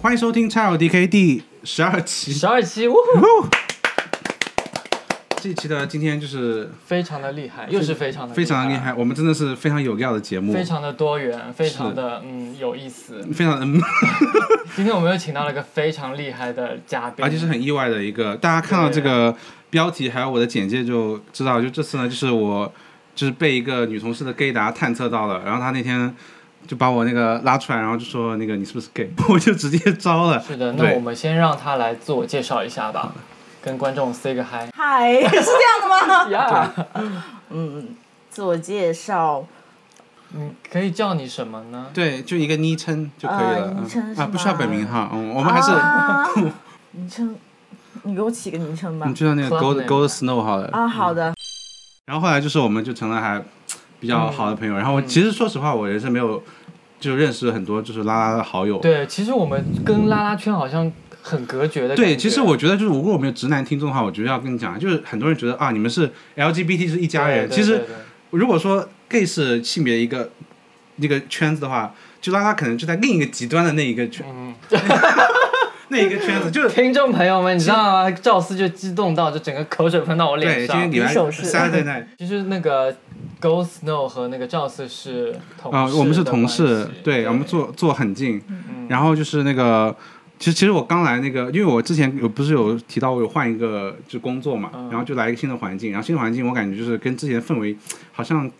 欢迎收听《叉 l DK》第十二期。十二期，呜呼，这一期的今天就是非常的厉害，又是非常的非常厉害，，我们真的是非常有料的节目，非常的多元，非常的嗯有意思。非常嗯， 今天我们又请到了一个非常厉害的嘉宾，而且是很意外的一个。大家看到这个标题还有我的简介就知道，就这次呢，就是我就是被一个女同事的 gay 达探测到了，然后她那天就把我那个拉出来，然后就说那个你是不是 gay，我 就直接招了。是的，对那我们先让他来自我介绍一下吧，跟观众 say 个 hi。 嗨，是这样的吗？呀，自我介绍，嗯，可以叫你什么呢？对，就一个昵称就可以了，啊昵称嗯是啊，不需要吧本名哈，嗯，我们还是、啊昵称，你给我起个昵称吧你。就像那个 Club Gold name Gold Snow 好了，啊，好的，然后后来就是我们就成了还比较好的朋友。然后嗯我其实说实话，我人生没有就认识很多就是拉拉的好友。对，其实我们跟拉拉圈好像很隔绝的感觉。对，其实我觉得就是如果我们有直男听众的话，我觉得要跟你讲，就是很多人觉得啊，你们是 LGBT 是一对家人。对其实对对如果说 gay 是性别一个那个圈子的话，就拉拉可能就在另一个极端的那一个圈，嗯， 那一个圈子就是。听众朋友们，你知道吗？赵四就激动到就整个口水喷到我脸对，今天。上礼拜比手势三在那里，其实那个 Go Snow 和那个赵四是同事啊、我们是同的事关系，嗯对，我们坐坐很近，然后就是那个，其实其实我刚来那个，因为我之前有不是有提到我有换一个就工作嘛，嗯然后就来一个新的环境，然后新的环境我感觉就是跟之前的氛围好像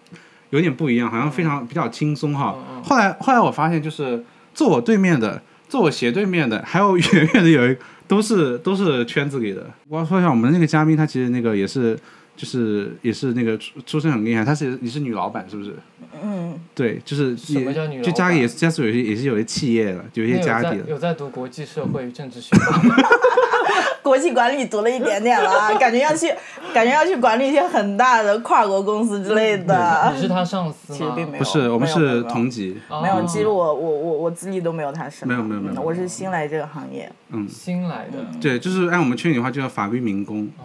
有点不一样，好嗯像非常比较轻松哈。后来后来我发现就是坐我对面的，坐我斜对面的，还有远远的有一都是都是圈子里的。我要说一下我们那个嘉宾，他其实那个也是。就是也是那个出出身很厉害，她是你是女老板是不是？嗯，对，就是什么叫女也老就家里板也是家是有一些也是有些企业的，有一些那家有在底的。有在读国际社会与政治学 吗？国际管理读了一点点 了啊，感觉要去，感觉要去管理一些很大的跨国公司之类的你。是他上司吗？其实并嗯没有，不是，我们没有是同，级。没有没有，哦其实我我我我资历都没有他深。没有没有没有嗯没有我是新来这个行业。新来的，嗯对，就是按我们圈里的话，就叫法律民工。哦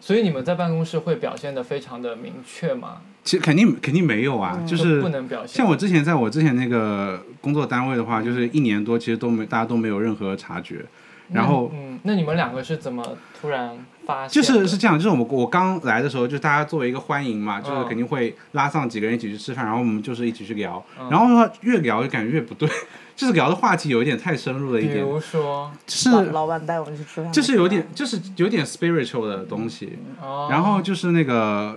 所以你们在办公室会表现的非常的明确吗？其实肯定肯定没有啊，嗯就都是不能表现。像我之前在我之前那个工作单位的话，就是一年多，其实都没大家都没有任何察觉。然后嗯，那你们两个是怎么突然发就现的？是是这样，就是我们我刚来的时候，就大家作为一个欢迎嘛，就是嗯肯定会拉上几个人一起去吃饭，然后我们就是一起去聊，嗯然后的话越聊就感觉越不对， 就是聊的话题有一点太深入了一比点，如说，就是老老板带我们去吃饭。就是有点，就是有点 spiritual 的东西。哦，然后就是那个，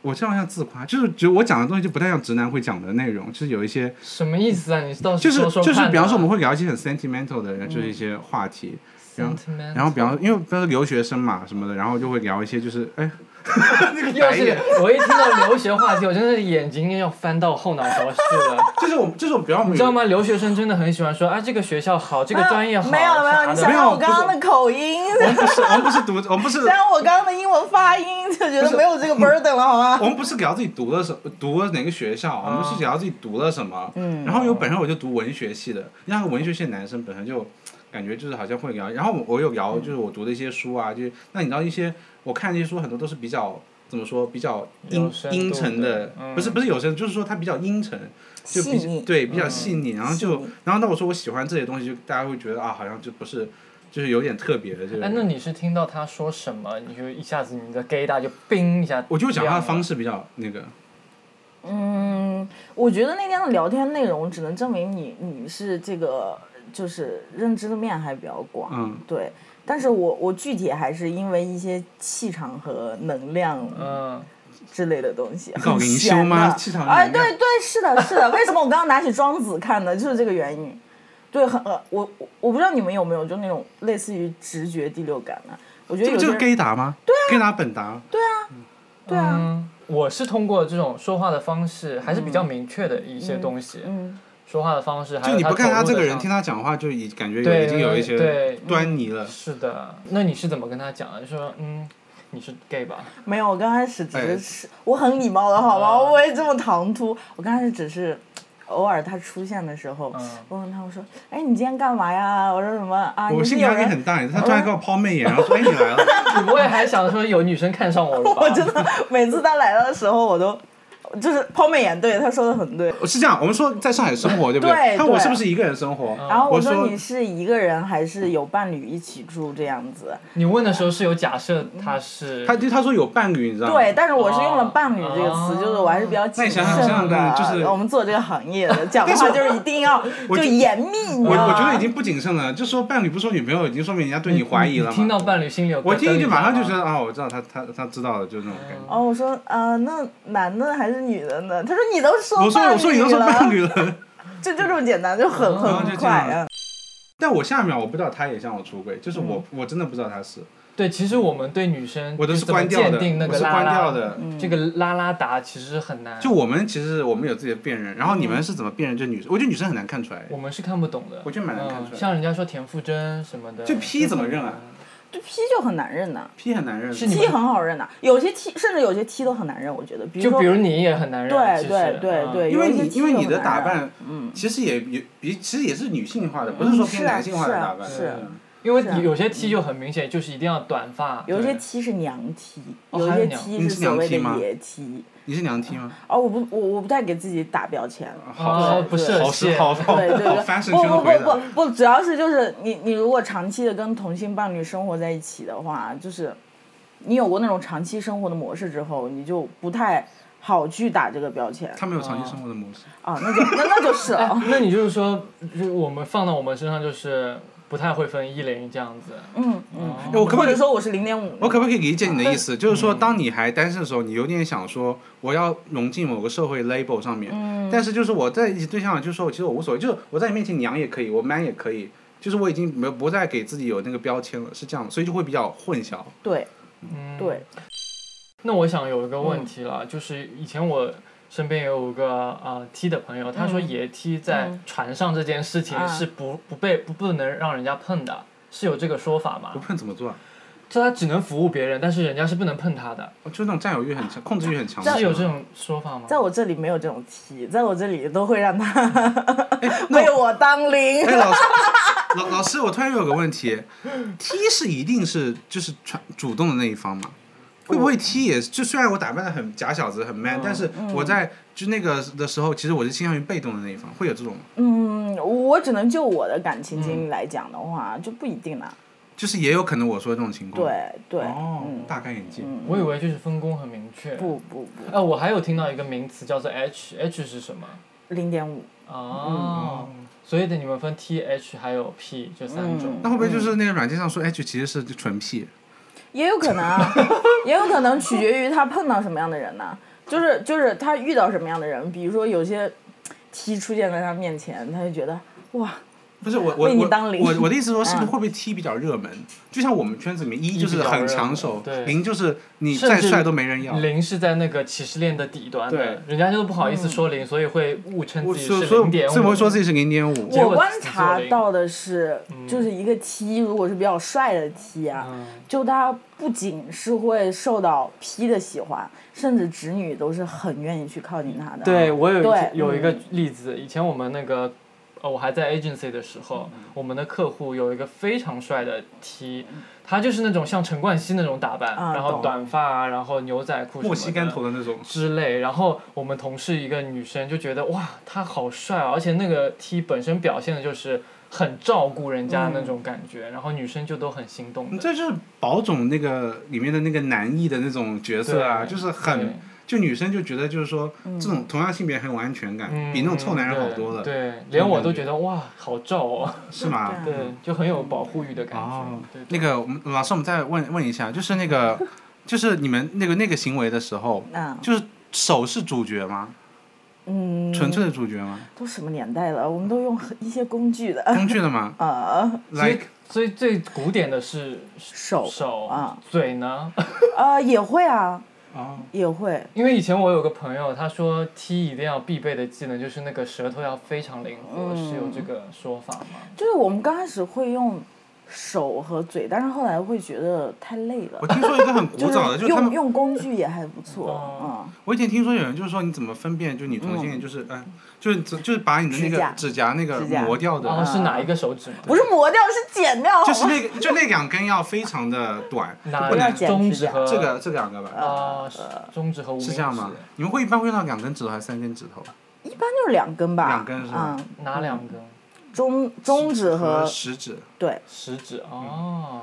我这样像自夸，就是觉得我讲的东西就不太像直男会讲的内容，就是有一些，什么意思啊？你到就是说说就是，看嗯比方说我啊们会聊一些很 sentimental 的，就是一些话题。 sentiment，然后比方，因为比方说留学生嘛什么的，然后就会聊一些就是，哎，那个啊又白是眼，我一听到留学话题，我真的眼睛要翻到后脑勺去了。 就是我们就是我们比方我你们知道有吗？留学生真的很喜欢说啊，这个学校好，这个专业好，没有了没有了，你啥想的。想我刚刚的口音， 我们不是我们不是读我们不是想想我刚刚的英文发音，就觉得没有这个 burden 了，好 吗？我们不是聊自己读了什读了哪个学校，我们嗯是聊自己读了什么。嗯。然后有本身我就读文学系的，那个文学系的男生本身就感觉就是好像会聊，然后我我有聊嗯就是我读的一些书啊，就是那你知道一些我看那些书很多都是比较怎么说比较阴有深度的阴沉的，嗯不是不是有深，就是说它比较阴沉，就比细腻对嗯比较细腻，然后细就腻然后那我说我喜欢这些东西，就大家会觉得啊好像就不是就是有点特别的这哎，个。那你是听到他说什么，你就一下子你的 gay 大就冰一下。我就讲话的方式。式比较那个，嗯，我觉得那天的聊天内容只能证明你你是这个就是认知的面还比较广，嗯，对。但是我我具体还是因为一些气场和能量嗯，之类的东西，嗯搞很灵闲修吗的气场和哎，能量对对，是的，是的。为什么我刚刚拿起庄子看呢？就是这个原因。对，很呃，我我我不知道你们有没有就那种类似于直觉第六感呢、啊我觉得这有个这些个 gay 人达吗？对啊，gay 达本达，对啊，嗯，我是通过这种说话的方式，还是比较明确的一些东西，嗯，说话的方式，还就有你不看他他走这路个的人，上听他讲话就已感觉有啊对已经有一些对端倪了。是的。那你是怎么跟他讲的？就说嗯，你是 gay 吧？没有，我刚开始只哎啊是是，我很礼貌的好吗？嗯我不会这么唐突。我刚开始只是偶尔他出现的时候，嗯我问他我说：“哎，你今天干嘛呀？”我说什么啊？我你是心理有压力人很大，他突然给我抛媚眼，然后说：“哎，你来了。 你不会还想说有女生看上我了吧？我真的每次他来的时候，我都就是抛媚眼，对他说的很对。是这样，我们说在上海生活，对不对那我对是不是一个人生活？然后我说你是一个人还是有伴侣一起住这样子？嗯你问的时候是有假设他是他他说有伴侣，你知道吗？对，，但是我是用了哦“伴侣”这个词，就是我还是比较谨慎啊那你想想的。看就是我们做这个行业 的，讲话就是一定要就觉严密，你我知道我吗？觉得已经不谨慎了，就说伴侣不说女朋友，已经说明人家对你怀疑了嘛。听到伴侣心里有，我第一句马上就觉得啊，我知道他他他知道了，就那种感觉。哦，我说呃，那男的还是女的呢？他说你都说我说伴我说你都侣是了伴侣了，就就这么简单，就嗯很然后很就这快样啊。但我下一啊秒我不知道他也向我出轨，就是我嗯我真的不知道他是，对，其实我们对女生我都就是怎么关掉鉴的，定那我个是拉关掉拉，的。嗯这个拉拉达其实很难，就我们其实我们有自己的辨认，然后你嗯们是怎么辨认这女生？我觉得女生很难看出来，我们是看不懂的。我觉得蛮难看出来嗯，的像人家说田馥甄什么的，嗯就 P 怎么认啊这 P 就很难认呐、 ？P 很难认，是你 t 很好认呐、有些 T 甚至有些 T 都很难认，我觉得，比如就说比如你也很难认，对其实对对嗯对，因为有一些你 T 因为都你很的难打认嗯扮，其实也也比其实也是女性化的，不是说偏是啊男性化的是啊打扮。是啊因为是啊有些嗯 T 就很明显，就是一定要短发，有一些对 T 是娘 T，哦有一还有些娘 T 你是是所娘谓 T 的吗野 T。你是娘 T 吗？哦，我不，我我不太给自己打标签。好哦不是好谢好好 对对好 对， ，fashion 不圈的不回不答。不不，主要是就是你你如果长期的跟同性伴侣生活在一起的话，就是你有过那种长期生活的模式之后，你就不太好去打这个标签他们有长期生活的模式，啊，那就那那就是了。 那你就是说，就是我们放到我们身上就是不太会分一零这样子，嗯嗯，哎我可不或可者以？说我是零点五，我可不可以理解你的意思？就是嗯说，当你还单身的时候，你有点想说我要融进某个社会 label 上面，但是就是我在一起对象，就是说，其实我无所谓，就是我在你面前娘也可以，我 man 也可以，就是我已经没有不再给自己有那个标签了，是这样的，所以就会比较混淆。对嗯，对，嗯那我想有一个问题了，就是以前我身边有个呃 T 的朋友，他说野 T 在船上这件事情嗯啊是不、不被不不能让人家碰的，是有这个说法吗不？碰怎么做啊？就他只能服务别人，但是人家是不能碰他的，哦就那种占有欲很强，控制欲很强的。是有这种说法吗？在我这里没有这种 T，在我这里都会让他 哎那为我当 零。哎，老师，老老师，我突然有个问题，T 是一定是就是传主动的那一方吗？会不会 T 也是就虽然我打扮的很假小子很 man，、但是我在就那个的时候，其实我是倾向于被动的那一方，会有这种吗？嗯，我只能就我的感情嗯经历来讲的话，就不一定啦。就是也有可能我说的这种情况。。对对，哦，嗯，大开眼界。我以为就是分工很明确。不不不，哎、我还有听到一个名词叫做 H，H 是什么？零点五。哦，嗯所以的你们分 T、H 还有 P 这三嗯种。那会不会就是那个软件上说 H 其实是纯 P？也有可 能啊，也有可能取决于他碰到什么样的人呢、就是就是他遇到什么样的人，比如说有些 T 出现在他面前，他就觉得哇，不是我我为你我当零我我的意思说是不是会不会 T 比较热门？就像我们圈子里面一就是很抢手一比较热，门对零就是你甚再至帅都没人要。零是在那个歧视链的底端的对，人家就不好意嗯思说零，所以会误称自己所以是所以所以零点五。我会说自己是零点五。果嗯我观自己做察了一个到的是，就是一个 T 如果是比较帅的 T 啊，嗯，就他不仅是会受到 P 的喜欢，甚至直女都是很愿意去靠近他的。啊对，我有一对有一个例子，以前我们那个。呃，我还在 agency 的时候，我们的客户有一个非常帅的 T，他就是那种像陈冠希那种打扮，啊然懂后短发啊，然后牛仔裤什么的，莫西干头的那种，之类，然后我们同事一个女生就觉得哇，他好帅啊，而且那个 T 本身表现的就是很照顾人家那种感觉，然后女生就都很心动的。嗯这就是宝总那个里面的那个男艺的那种角色啊，对就是对很就女生就觉得就是说这种同样性别很有安全感，嗯比那种臭男人好多了，对，对连我都觉得哇，好照哦，是吗？对啊对，就很有保护欲的感觉。嗯哦对，那个我们老师，我们再问问一下，就是那个就是你们那个那个行为的时候，嗯就是手是主角吗？嗯，纯粹的主角吗？都什么年代了，我们都用一些工具的，工具的吗呃所以？like 所以最古典的是 手手啊，嘴呢？ 呃也会啊，哦，也会。因为以前我有个朋友，他说 T 一定要必备的技能就是那嗯个舌头要非常灵活，是有这个说法吗？就是我们刚开始会用手和嘴，但是后来会觉得太累了我。听说一个很古早的，是就是他用们，用工具也还不错，哦嗯，我以前听说有人就是说你怎么分辨，就是你同性恋，就是嗯，就是就是把你的那指个甲指甲那个指甲磨掉然的，后哦是哪一个手指吗？不是磨掉，是剪掉，好就吗是那个就那两根要非常的短，就哪不要能剪中指指甲和这个这两个呃吧，啊，中指和无名是指这样吗？你们会一般会用到两根指头还是三根指头？一般就是两根吧，两根是吧嗯，哪两根？中中指和食指。对，食指嗯哦。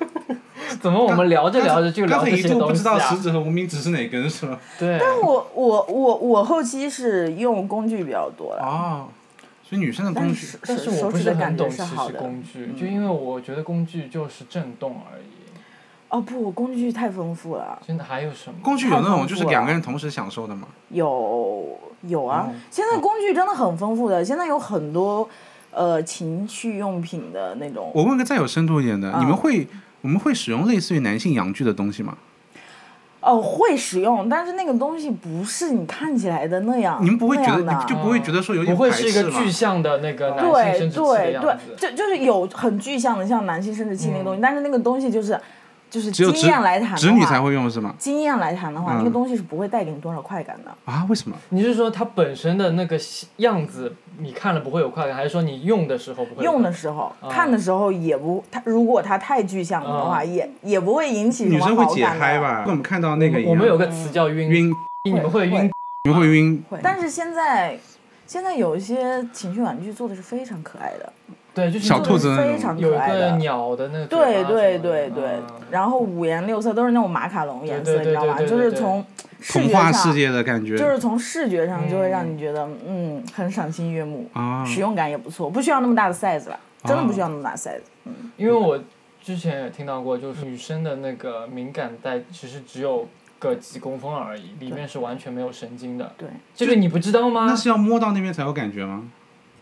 怎么我们聊着聊着就刚聊才哦这一些度不东知西道啊？食指和无名指是哪根是吧？对，但我我我我后期是用工具比较多了，哦，所以女生的呃但工具是但是我手不是指的感很觉懂是其实好的。嗯工具，就因为我觉得工具就是震动而已。哦不，我工具太丰富了，真的还有什么？工具有那种就是两个人同时享受的嘛？有有啊、嗯现在工具真的很丰富的，现在有很多呃情趣用品的那种。我问个再有深度一点的，嗯你们会我们会使用类似于男性阳具的东西吗？哦，会使用，但是那个东西不是你看起来的那样。你们不会觉那得样的你就不会觉得说有点不会排是一个斥吗具象的那个男性对生殖器的对样对子，。就就是有很具象的，像男性生殖器那个东西，但是那个东西就是就是嗯只有经直验来谈的话，直女才会用是吗？经验来谈的话，嗯那个东西是不会带给你多少快感的。啊，为什么？你是说它本身的那个样子，你看了不会有快感，还是说你用的时候不会有用快感的时候、看的时候也不，它如果它太具象的话，嗯也也不会引起什女么生会好解感嗨的。嗯吧？跟我们看到那个一样，我们有个词叫晕，晕，你们会会晕你们会晕，会，但是现在现在有一些情趣玩具做的是非常可爱的，对，就是小兔做子的那种非常有可一爱个的。鸟的那个嘴巴什么对的对对对嗯，然后五颜六色都是那种马卡龙颜色，对对你知道吗？对对就对是对从视童觉话上，世界的感觉，就是从视觉上就会让你觉得嗯很赏心悦目，啊，使用感也不错，不需要那么大的 size 了，真的不需要那么大 size。因为我之前也听到过，就是女生的那个敏感带其实只有个几公分而已，里面是完全没有神经的。对，这个你不知道吗那？是要摸到那边才有感觉吗？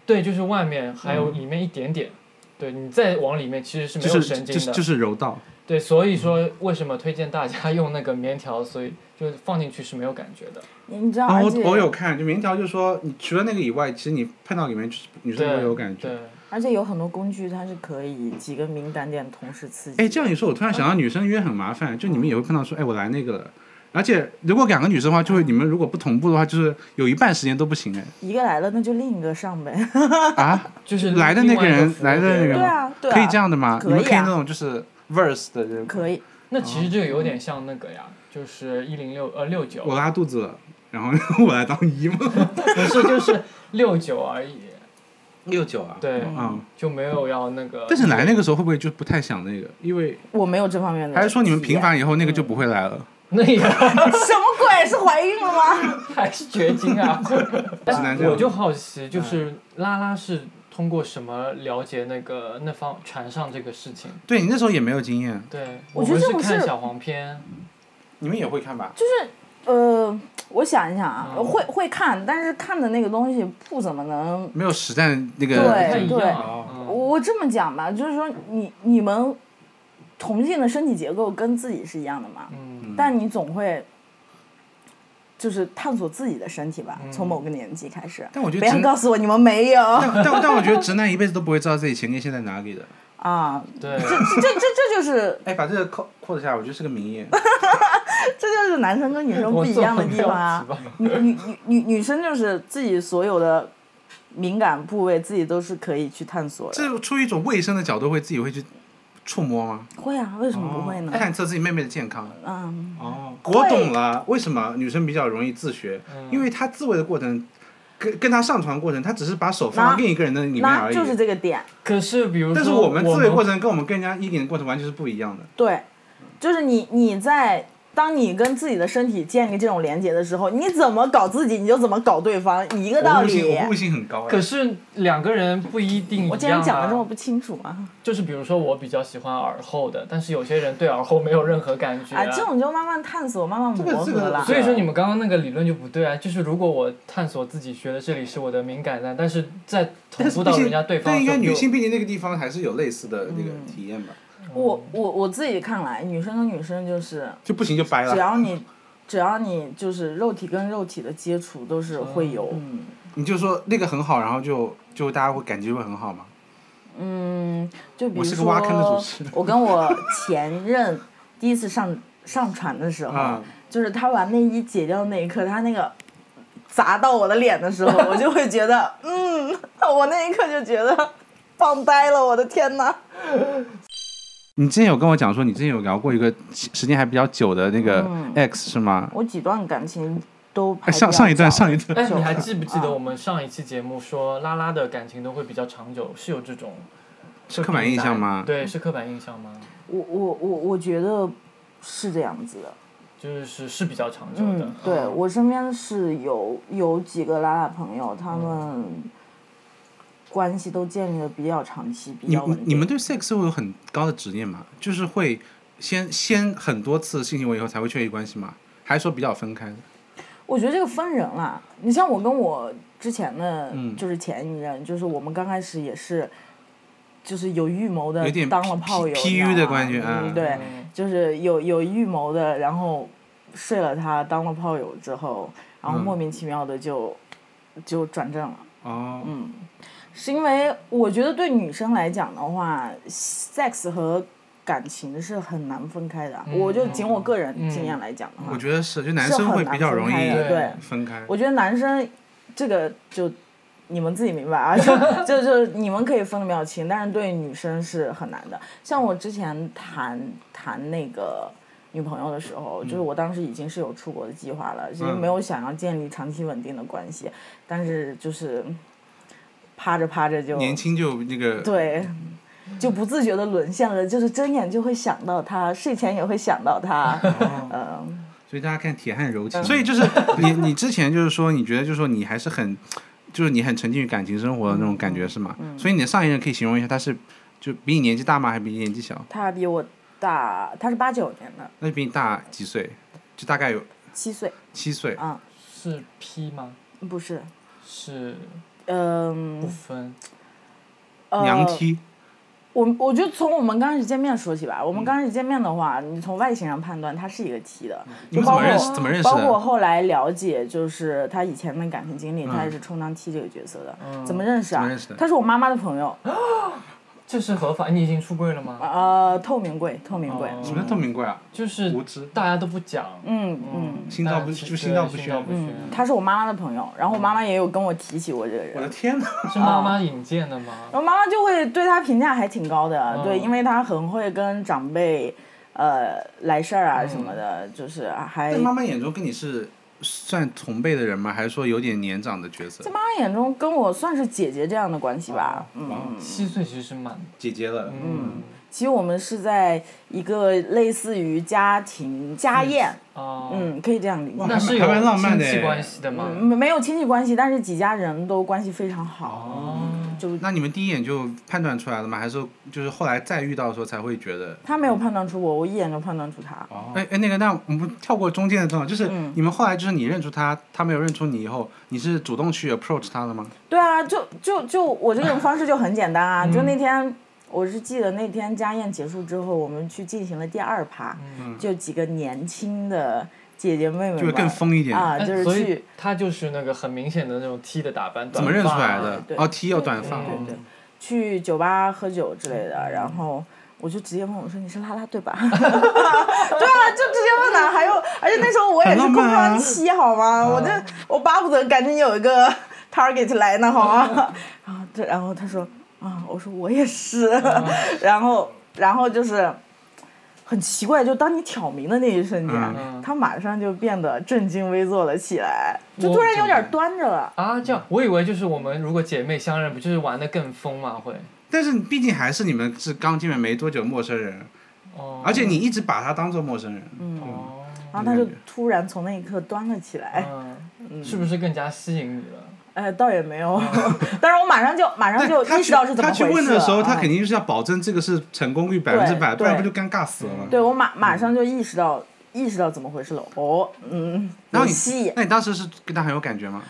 对，就是外面还有里面一点点。对你再往里面其实是没就有是神经就的，是就是柔道，对，所以说为什么推荐大家 用那个棉条？所以就放进去是没有感觉的。你你知道，啊，而我且我有看，就棉条就是说，你除了那个以外，其实你碰到里面就是女生对，会有感觉。对，而且有很多工具，它是可以几个敏感点同时刺激。哎，这样一说，我突然想到女生约很麻烦，就你们也会碰到说，哎，我来那个了。而且如果两个女生的话，就会你们如果不同步的话，就是有一半时间都不行哎一个来了，那就另一个上呗。啊，就是来的另那外个一人服务来的别那个人人对啊， 对啊，可以这样的吗？可你们以可以啊那种就是 verse 的这种，可以。那其哦实这个有点像那个呀，就是一零六呃六九我拉肚子了，然后 我来当一吗？不是，就是六九而已。六九啊，对，嗯。就没有要那个。但是来那个时候会不会就不太想那个？因为我没有这方面的。还是说你们频频繁以后那个就不会来了？ 那个 什么鬼？是怀孕了吗？还是绝经啊！ 男这样我就好奇，就是拉拉是通过什么了解那个那方船上这个事情？对你那时候也没有经验，对，我我觉们得这是种看事小黄片，你们也会看吧？就是呃，我想一想啊，嗯会会看，但是看的那个东西不怎么能。没有实战那个哦对不太一对样。我嗯我这么讲吧，就是说你你们同性的身体结构跟自己是一样的嘛，嗯但你总会。就是探索自己的身体吧，嗯从某个年纪开始。但我觉不得要直告诉我你们没有但但但我觉得直男一辈子都不会知道自己钱跟现在哪里的。啊！对，这这这这就是哎，把这个扣扣一下，我觉得是个名言。 这就是男生跟女生不一样的地方啊我做了。女女女女女生就是自己所有的敏感部位，自己都是可以去探索的。 这出于一种卫生的角度，会自己会去触摸吗？会啊，为什哦么不会呢？探测自己妹妹的健康。嗯，哦，我懂了，为什么女生比较容易自学？嗯因为她自慰的过程，跟跟她上床的过程，她只是把手放到那另一个人的里面那而已。就是这个点，可是比如说，但是我我们自慰过程跟我们跟人家一点的过程完全是不一样的。对，就是你你在当你跟自己的身体建立这种连接的时候，你怎么搞自己，你就怎么搞对方，一个道我悟性，理我。悟性很高哎。可是两个人不一定一样、啊。我竟然讲的这么不清楚啊吗？就是比如说我比较喜欢耳后的，但是有些人对耳后没有任何感觉啊，这种就慢慢探索，慢慢磨这个合啦。所以说你们刚刚那个理论就不对啊，就是如果我探索自己觉得这里是我的敏感带，但是再同但步是到毕竟人家对方但的应时候该就，女性毕竟那个地方还是有类似的嗯那个体验吧。我我我自己看来，女生跟女生就是就不行就掰只了，要你，只要你就是肉体跟肉体的接触都是会有，嗯你就说那个很好，然后就就大家会感觉会很好嘛。嗯，就比我如是个说，挖坑的主持人我跟我前任 第一次上上船的时候，啊就是他把内衣解掉那一刻，他那个砸到我的脸的时候，我就会觉得，嗯，我那一刻就觉得棒呆了，我的天哪！你之前有跟我讲说，你之前有聊过一个时间还比较久的那个 X 是吗？嗯我几段感情都哎上上一段上一段，哎，你还记不记得我们上一期节目说拉拉的感情都会比较长久，是有这种是刻板印象吗？对，是刻板印象吗？我我我我觉得是这样子的。就是是是比较长久的嗯，，对我身边是有有几个拉拉朋友，他们关系都建立的比较长期，比你较稳定。你们对 sex 会有很高的执念吗？就是会先先很多次性行为以后才会确立关系吗？还是说比较分开的？我觉得这个分人啦。你像我跟我之前的，嗯就是前一任，就是我们刚开始也是，就是有预谋的有点，当了炮友 P- 你知道吗 PU 的感觉啊嗯，对，就是有有预谋的，然后睡了他，当了炮友之后，然嗯后莫名其妙的就、就转正了。嗯哦，是因为我觉得对女生来讲的话，sex 和感情是很难分开的。我就仅我个人经验来讲的话，我觉得是，就男生会比较容易是很分开的难对分开。我觉得男生这个就你们自己明 白啊，就就就你们可以分得比较清，但是对女生是很难的。像我之前谈谈那个女朋友的时嗯候，就是我当时已经是有出国的计划了，其实没有想要建立长期稳定的关系，但是就是趴着趴着就年轻就那个，对，就不自觉的沦陷了，就是睁眼就会想到他，睡前也会想 到他，嗯，所以大家看铁汉柔情。所以就是你你之前就是说，你觉得就是说你还是很，就是你很沉浸于感情生活的那种感觉是吗？嗯所以你的上一任可以形容一下，他是就比你年纪大吗？还是比你年纪小？他比我大，他是八九年的，那就比你大几岁？就大概有七岁，七岁。啊、是 P 吗？不是，是不嗯，分，呃娘梯，我我觉得从我们刚开始见面说起吧。我们刚开始见面的话，你从外形上判断他是一个 T 的，你就嗯们怎包么认识？括怎么认识包括的？后来了解，就是他以前的感情经历，他也是充当 T 这个角色的。怎么认识嗯怎啊么认识的？他是我妈妈的朋友，这是合法？你已经出柜啊了吗？呃，透明柜，透明柜，哦什么叫透明柜啊？就是无知大家都不讲，嗯哦嗯。心照不但其实就心照不心宣照。不宣。嗯他是我妈妈的朋友，然后我妈妈也有跟我提起过这个人，我的然天哪！是妈啊妈引荐的吗？后妈妈就会对他评价还挺高的，对，因为他很会跟长辈，呃，来事儿啊什么的，就是还在妈妈眼中跟你是算同辈的人吗？还是说有点年长的角色在？妈妈眼中跟我算是姐姐这样的关系吧，嗯。七岁其实是蛮，姐姐了，嗯，其实我们是在一个类似于家庭家宴，哦，嗯，可以这样理解。那是有还蛮浪漫亲的戚耶关系的吗？没没有亲戚关系，但是几家人都关系非常好。哦，就那你们第一眼就判断出来了吗？还是说就是后来再遇到的时候才会觉得？他没有判断出我，我一眼就判断出他。哎哎，那个，那我们跳过中间的段落，就是嗯你们后来就是你认出他，他没有认出你以后，你是主动去 approach 他的吗？对啊，就就就我这种方式就很简单啊，嗯就那天。我是记得那天家宴结束之后，我们去进行了第二趴，就几个年轻的姐姐妹妹嗯就们更疯一点啊，哎就是所去以他就是那个很明显的那种 T 的打扮，怎怎么认出来的对？哦，T 要短发，对对，去酒吧喝酒之类的，然后。我就直接问我说你是拉拉对吧？对 啊，就直接问哪还有，而且那时候我也是空很浪漫啊窗期好吗？我这我巴不得赶紧有一个 target 来呢好吗？然后这然后他说啊，我说我也是， 然后然后就是很奇怪，就当你挑明的那一瞬间，嗯他马上就变得震惊微坐了起来，就我突然有点端着了。啊，这样，我以为就是我们如果姐妹相认，不就是玩的更疯吗？会，但是毕竟还是你们是刚见面没多久陌生人，哦，而且你一直把他当做陌生人，嗯嗯哦，然后他就突然从那一刻端了起来，嗯，是不是更加吸引你了？哎，倒也没有， 但是我马上就马上就啊他意去识到是怎他么回事去了。问的时候，他嗯肯定就是要保证这个是成功率百分之百，对不然不就尴尬死了吗？对我马马上就意识到意识到怎么回事了。哦，嗯，然后有你戏，那你当时是跟他很有感觉吗？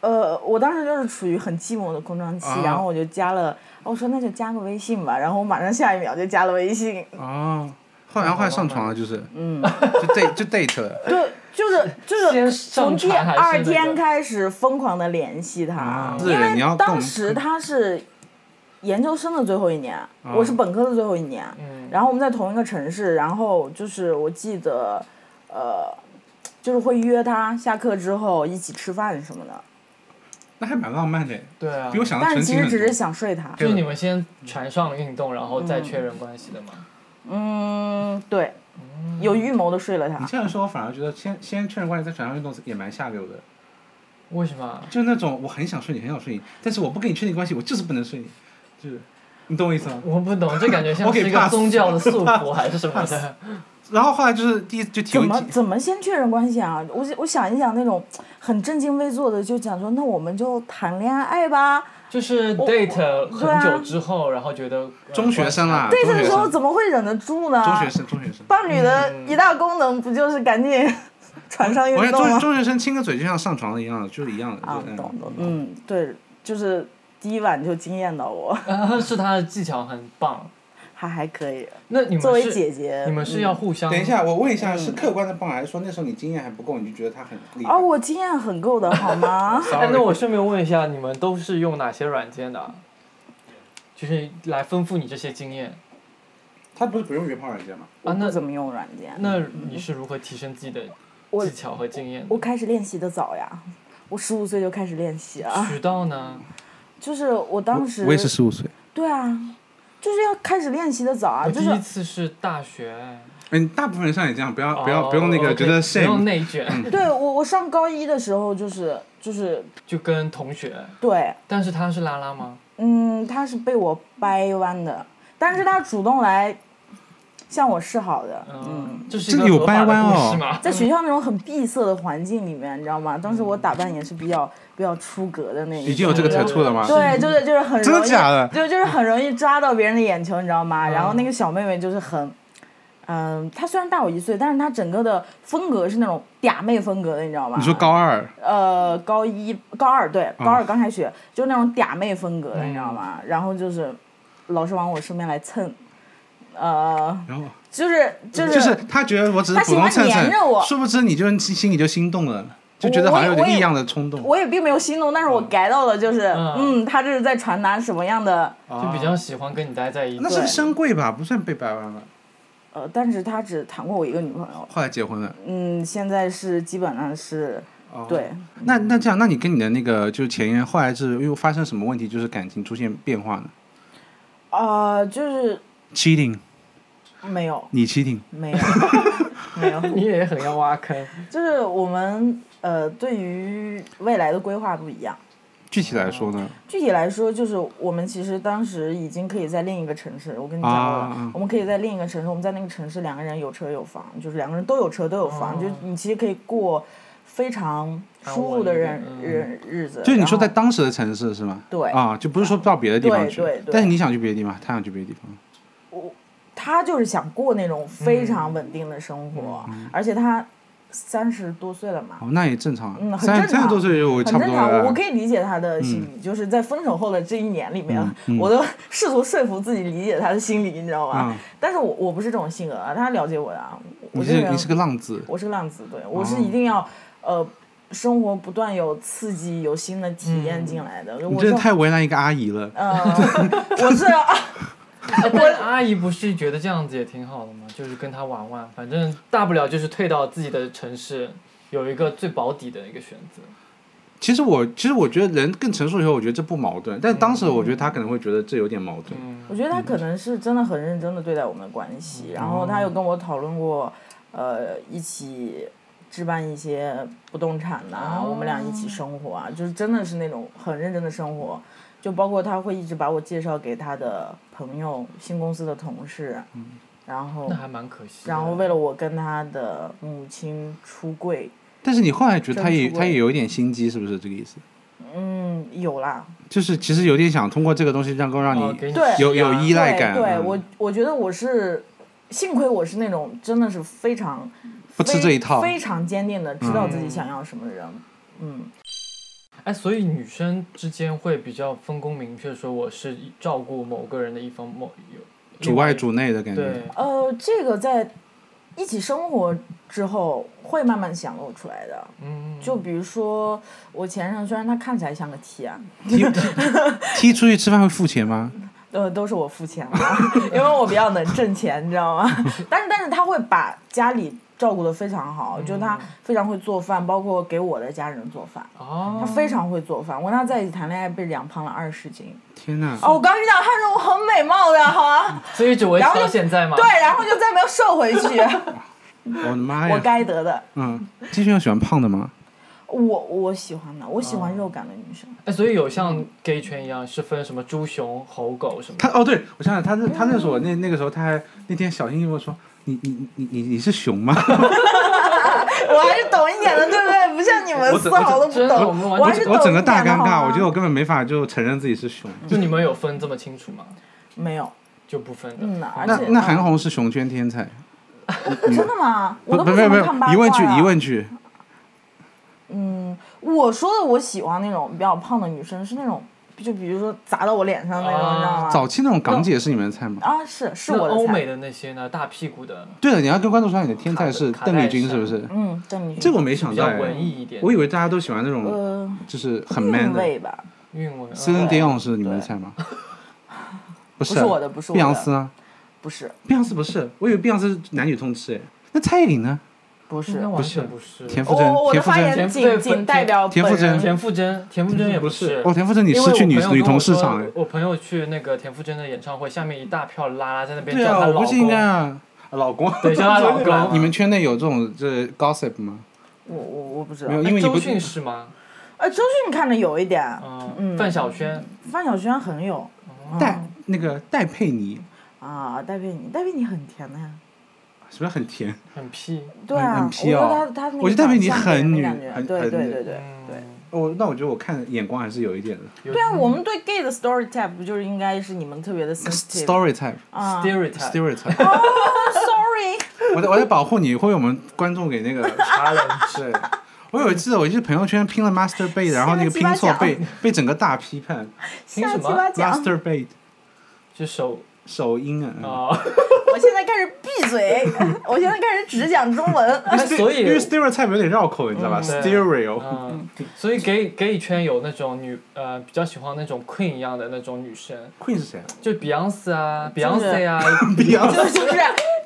呃，我当时就是处于很寂寞的空窗期，啊然后我就加了，哦我说那就加个微信吧，然后我马上下一秒就加了微信，哦，后来后来上床了，就是，嗯，就 date 就 date 了。对， 就是就先是从上第传还是二那天个啊开始疯狂的联系他，啊对，你要当更时他是研究生的最后一年，我是本科的最后一年，嗯然后我们在同一个城市，然后就是我记得，呃，就是会约他下课之后一起吃饭什么的，那还蛮浪漫的，对啊比，我想的但纯是其情实很只多是。想睡他。就是你们先船上运动，然后再确认关系的嘛。嗯，对，有预谋的睡了嗯你他。这样说，我反而觉得先先确认关系，再转向运动也蛮下流的。为什么？啊就是那种我很想睡你，很想睡你，但是我不跟你确定关系，我就是不能睡你，就是你懂我意思吗？我不懂，这感觉像我给是一个 pass 宗教的 束缚还是什么的。然后后来就是第一就体怎会么怎么先确认关系啊？我我想一想那种很正襟危坐的，就讲说那我们就谈恋爱吧。就是 date 啊很久之后，然后觉得呃中学生啦，这中个学时候生，怎么会忍得住呢？中学生，中学生。伴侣的一大功能不就是赶紧 船上我运看动中吗？中学生亲个嘴就像上床了一样的，就是一样的。啊就，是懂懂，嗯嗯，对，就是第一晚就惊艳到我，生， 是他的技巧很棒。还还可以。那你们作为是姐姐，你们是嗯要互相等一下，我问一下，是客观的棒，还是说那时候你经验还不够，你就觉得他很厉害？哦，我经验很够的好吗？哎， Sorry 那我顺便问一下，你们都是用哪些软件的啊？就是来丰富你这些经验啊他不是不用约炮软件吗？我啊？那不怎么用软件？那你是如何提升自己的技巧和经验的？我开始练习的早呀，我十五岁就开始练习啊，渠道呢？就是我当时十五岁。对啊，就是要开始练习的早啊，我就第是一次是大学，嗯，大部分人像你这样，不要不要不用那哦个，OK，觉得嗯不用 shame。内卷，对我我上高一的时候就是就是 就跟同学。对，但是他是拉拉吗？嗯，他是被我掰弯的，但是他主动来向我示好的，嗯。这是一这个里有合法掰的弯哦故事吗？在学校那种很闭塞的环境里面，你知道吗？当时嗯我打扮也是比较比较出格的那一种，已经有这个然后 tattoo 了吗？对，就是就是很容易，真的假的就就是很容易抓到别人的眼球，你知道吗？然后那个小妹妹就是很，嗯、她虽然大我一岁，但是她整个的风格是那种嗲妹风格的，你知道吗？你说高嗯二，呃高一高二对高二刚开学，就是那种嗲妹风格的，你知道吗？然后就是老是往我身边来蹭，呃，然后就是就是就是他觉得我只是普通他喜蹭欢蹭黏着我，殊不知你就心心里就心动了，就觉得好像有我点也异样的冲动。我也并没有心动，但是我 get 到了，就是嗯嗯他这是在传达什么样的？就比较喜欢跟你待在一啊那起。是深贵吧，不算被掰弯了。呃，但是他只谈过我一个女朋友，后来结婚了。嗯，现在是基本上是，哦对，那那这样，那你跟你的那个就是前任，后来是又发生什么问题？就是感情出现变化呢呃，就是？cheating，没有，你 cheating，没有， 没有，你也很要挖坑，就是我们呃对于未来的规划不一样。具体来说呢？具体来说，就是我们其实当时已经可以在另一个城市，我跟你讲过了，啊啊我们可以在另一个城市，我们在那个城市两个人有车有房，就是两个人都有车都有房，哦就是你其实可以过非常舒服的人安稳一点嗯人日子。就是你说在然后当时的城市是吗？对啊，就不是说到别的地方对去对，对但是你想去别的地方，他想去别的地方，他就是想过那种非常稳定的生嗯活，而且他三十多岁了嘛，哦，那也正常。嗯很三正常三十多岁我差很不正多啊常，了。嗯我可以理解他的心理，就是在分手后的这一年里面，嗯嗯我都试图说服自己理解他的心理，你知道吗？嗯但是我我不是这种性格啊，他了解我的啊，我你这个是哦人你是个浪子，我是个浪子，对我是一定要、呃。生活不断有刺激，有新的体验进来的。嗯你我真是的太为难一个阿姨了。呃， 我是啊， 但阿姨不是觉得这样子也挺好的吗？就是跟他玩玩，反正大不了就是退到自己的城市，有一个最保底的一个选择。其实我其实我觉得人更成熟以后，我觉得这不矛盾，但当时我觉得他可能会觉得这有点矛盾。嗯我觉得他嗯可能是真的很认真的对待我们的关系，然后哦他有跟我讨论过，呃，一起置办一些不动产呐、哦我们俩一起生活啊，就是真的是那种很认真的生活，就包括他会一直把我介绍给他的朋友、新公司的同事，嗯然哦后那还蛮可惜的。哦然后为了我跟他的母亲出柜，但是你后来觉得他也真出轨他也有一点心机，是不是这个意思？嗯，有啦，就是其实有点想通过这个东西让够让哦你给你对有有依赖，赖感。对，对嗯我我觉得我是，幸亏我是那种真的是非常不吃这一套非非常坚定的知道自己想要什么人。嗯，哎，所以女生之间会比较分工明确，说我是照顾某个人的一方，某有主外主内的感对觉。，呃，这个在一起生活之后会慢慢显露出来的。嗯，就比如说我前任，虽然他看起来像个 T 啊，踢踢出去吃饭会付钱吗？呃，都是我付钱了， 因为我比较能挣钱，你知道吗？ 但是但是他会把家里照顾的非常好，嗯就他非常会做饭，包括给我的家人做饭，哦，他非常会做饭。我跟他在一起谈恋爱被两胖了二十斤。天哪！哦，我刚遇到他说我很美貌的，好啊，所以一直维持到现在嘛。对，然后就再没有瘦回 去，我的妈我呀！该得的。嗯，金轩喜欢胖的吗？我我喜欢的，我喜欢肉感的女生。哎，所以有嗯像 gay 圈一样是分什么猪熊、猴狗什么的。他哦，对我想想，他那他那时候那那个时候他还那天小心翼翼地问我说：“你你你你你是熊吗？” 我还是懂一点的，对不 对？不像你们我丝整毫都不真的我们懂，完还全是懂啊我整一个点大的尴好尬，吗我觉得我根本没法就承认自己是熊。就你们有分这么清楚吗？没有，就不分的。嗯呐，而那且那韩红是熊圈天才，真的吗？我都嗯不怎没么有看八卦疑问句呀疑。问句，嗯，我说的我喜欢那种比较胖的女生，是那种就比如说砸到我脸上那种，啊你知道吗？早期那种港姐是你们的菜吗？啊，是是那我的欧美菜。的那些呢，大屁股的对了，你要跟观众说你的天卡菜的是卡邓丽戴君珊是不是？嗯，邓丽这君。我没想比到较哎，文艺一点，我以为大家都喜欢那种呃，就是很 man 韵的。味吧，韵味。 c e l i 哦 n d i o n 是你们的菜 吗？不不啊是我的，不是我碧的，昂斯呢？不是，碧昂斯不是，我以为碧昂斯男女通吃哎。那蔡依林呢？不是应该。我完全不是。田馥甄，我的田馥发甄，田言馥甄仅仅代表田馥本甄人。田馥甄，田馥甄也不是是。哦，田馥甄，你因为失我去女朋友女跟我同市说场哎。我朋友去那个田馥甄的演唱会，下面一大票拉拉在那边对叫她啊，老我不是应该公，啊，老公， 对叫她老公 你们圈内有这种这 gossip 吗？我我我不知道没。有，因为你啊哎周不迅是吗？呃，周迅看着有一点，嗯，嗯范晓萱，范晓萱很有。嗯戴那个戴佩妮，啊，戴佩妮，戴佩妮很甜的呀。是不是很甜？很屁。对很啊，很我皮觉得哦她她那我个觉得戴佩妮长相给人很的女感觉很对很对女对对对。嗯，哦，那我觉得我看眼光还是有一点的。有对啊，我们对 gay 的 story type 不就是应该是你们特别的 sensitive Story type, 啊 stereotype story type， ？Sorry，我在我在保护你，会有我们观众给那个他人，对，我有一次我就是朋友圈拼了 master bait，然后那个拼错被被整个大批判听瞎什鸡么巴讲！ master bait 就手首音啊。啊，我现在开始闭嘴，我现在开始只讲中文。那所以因为 stereotype 有点绕口，你知道吧嗯对？stereo 嗯，所以 gay gay 圈有那种女呃比较喜欢那种 queen 一样的那种女生， queen 是谁啊？就 Beyonce 啊是，Beyonce 啊，就就是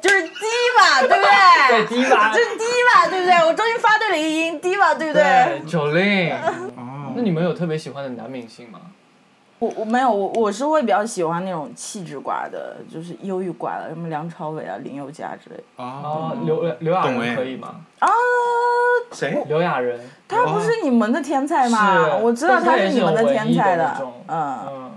就是低吧，对不对？对 diva 就是低吧，对不对？我终于发对了一个音，低吧，对不对？ ，Jolin。那哦，你们有特别喜欢的男明星吗？我我没有我我是会比较喜欢那种气质挂的，就是忧郁挂的，什么梁朝伟啊、林宥嘉之类的。 哦，哦，刘刘亚懂哎仁可以吗？啊，谁？刘亚仁，他不是你们的天才吗？是我知道他但是他你们天才也是有文艺的那种嗯，嗯，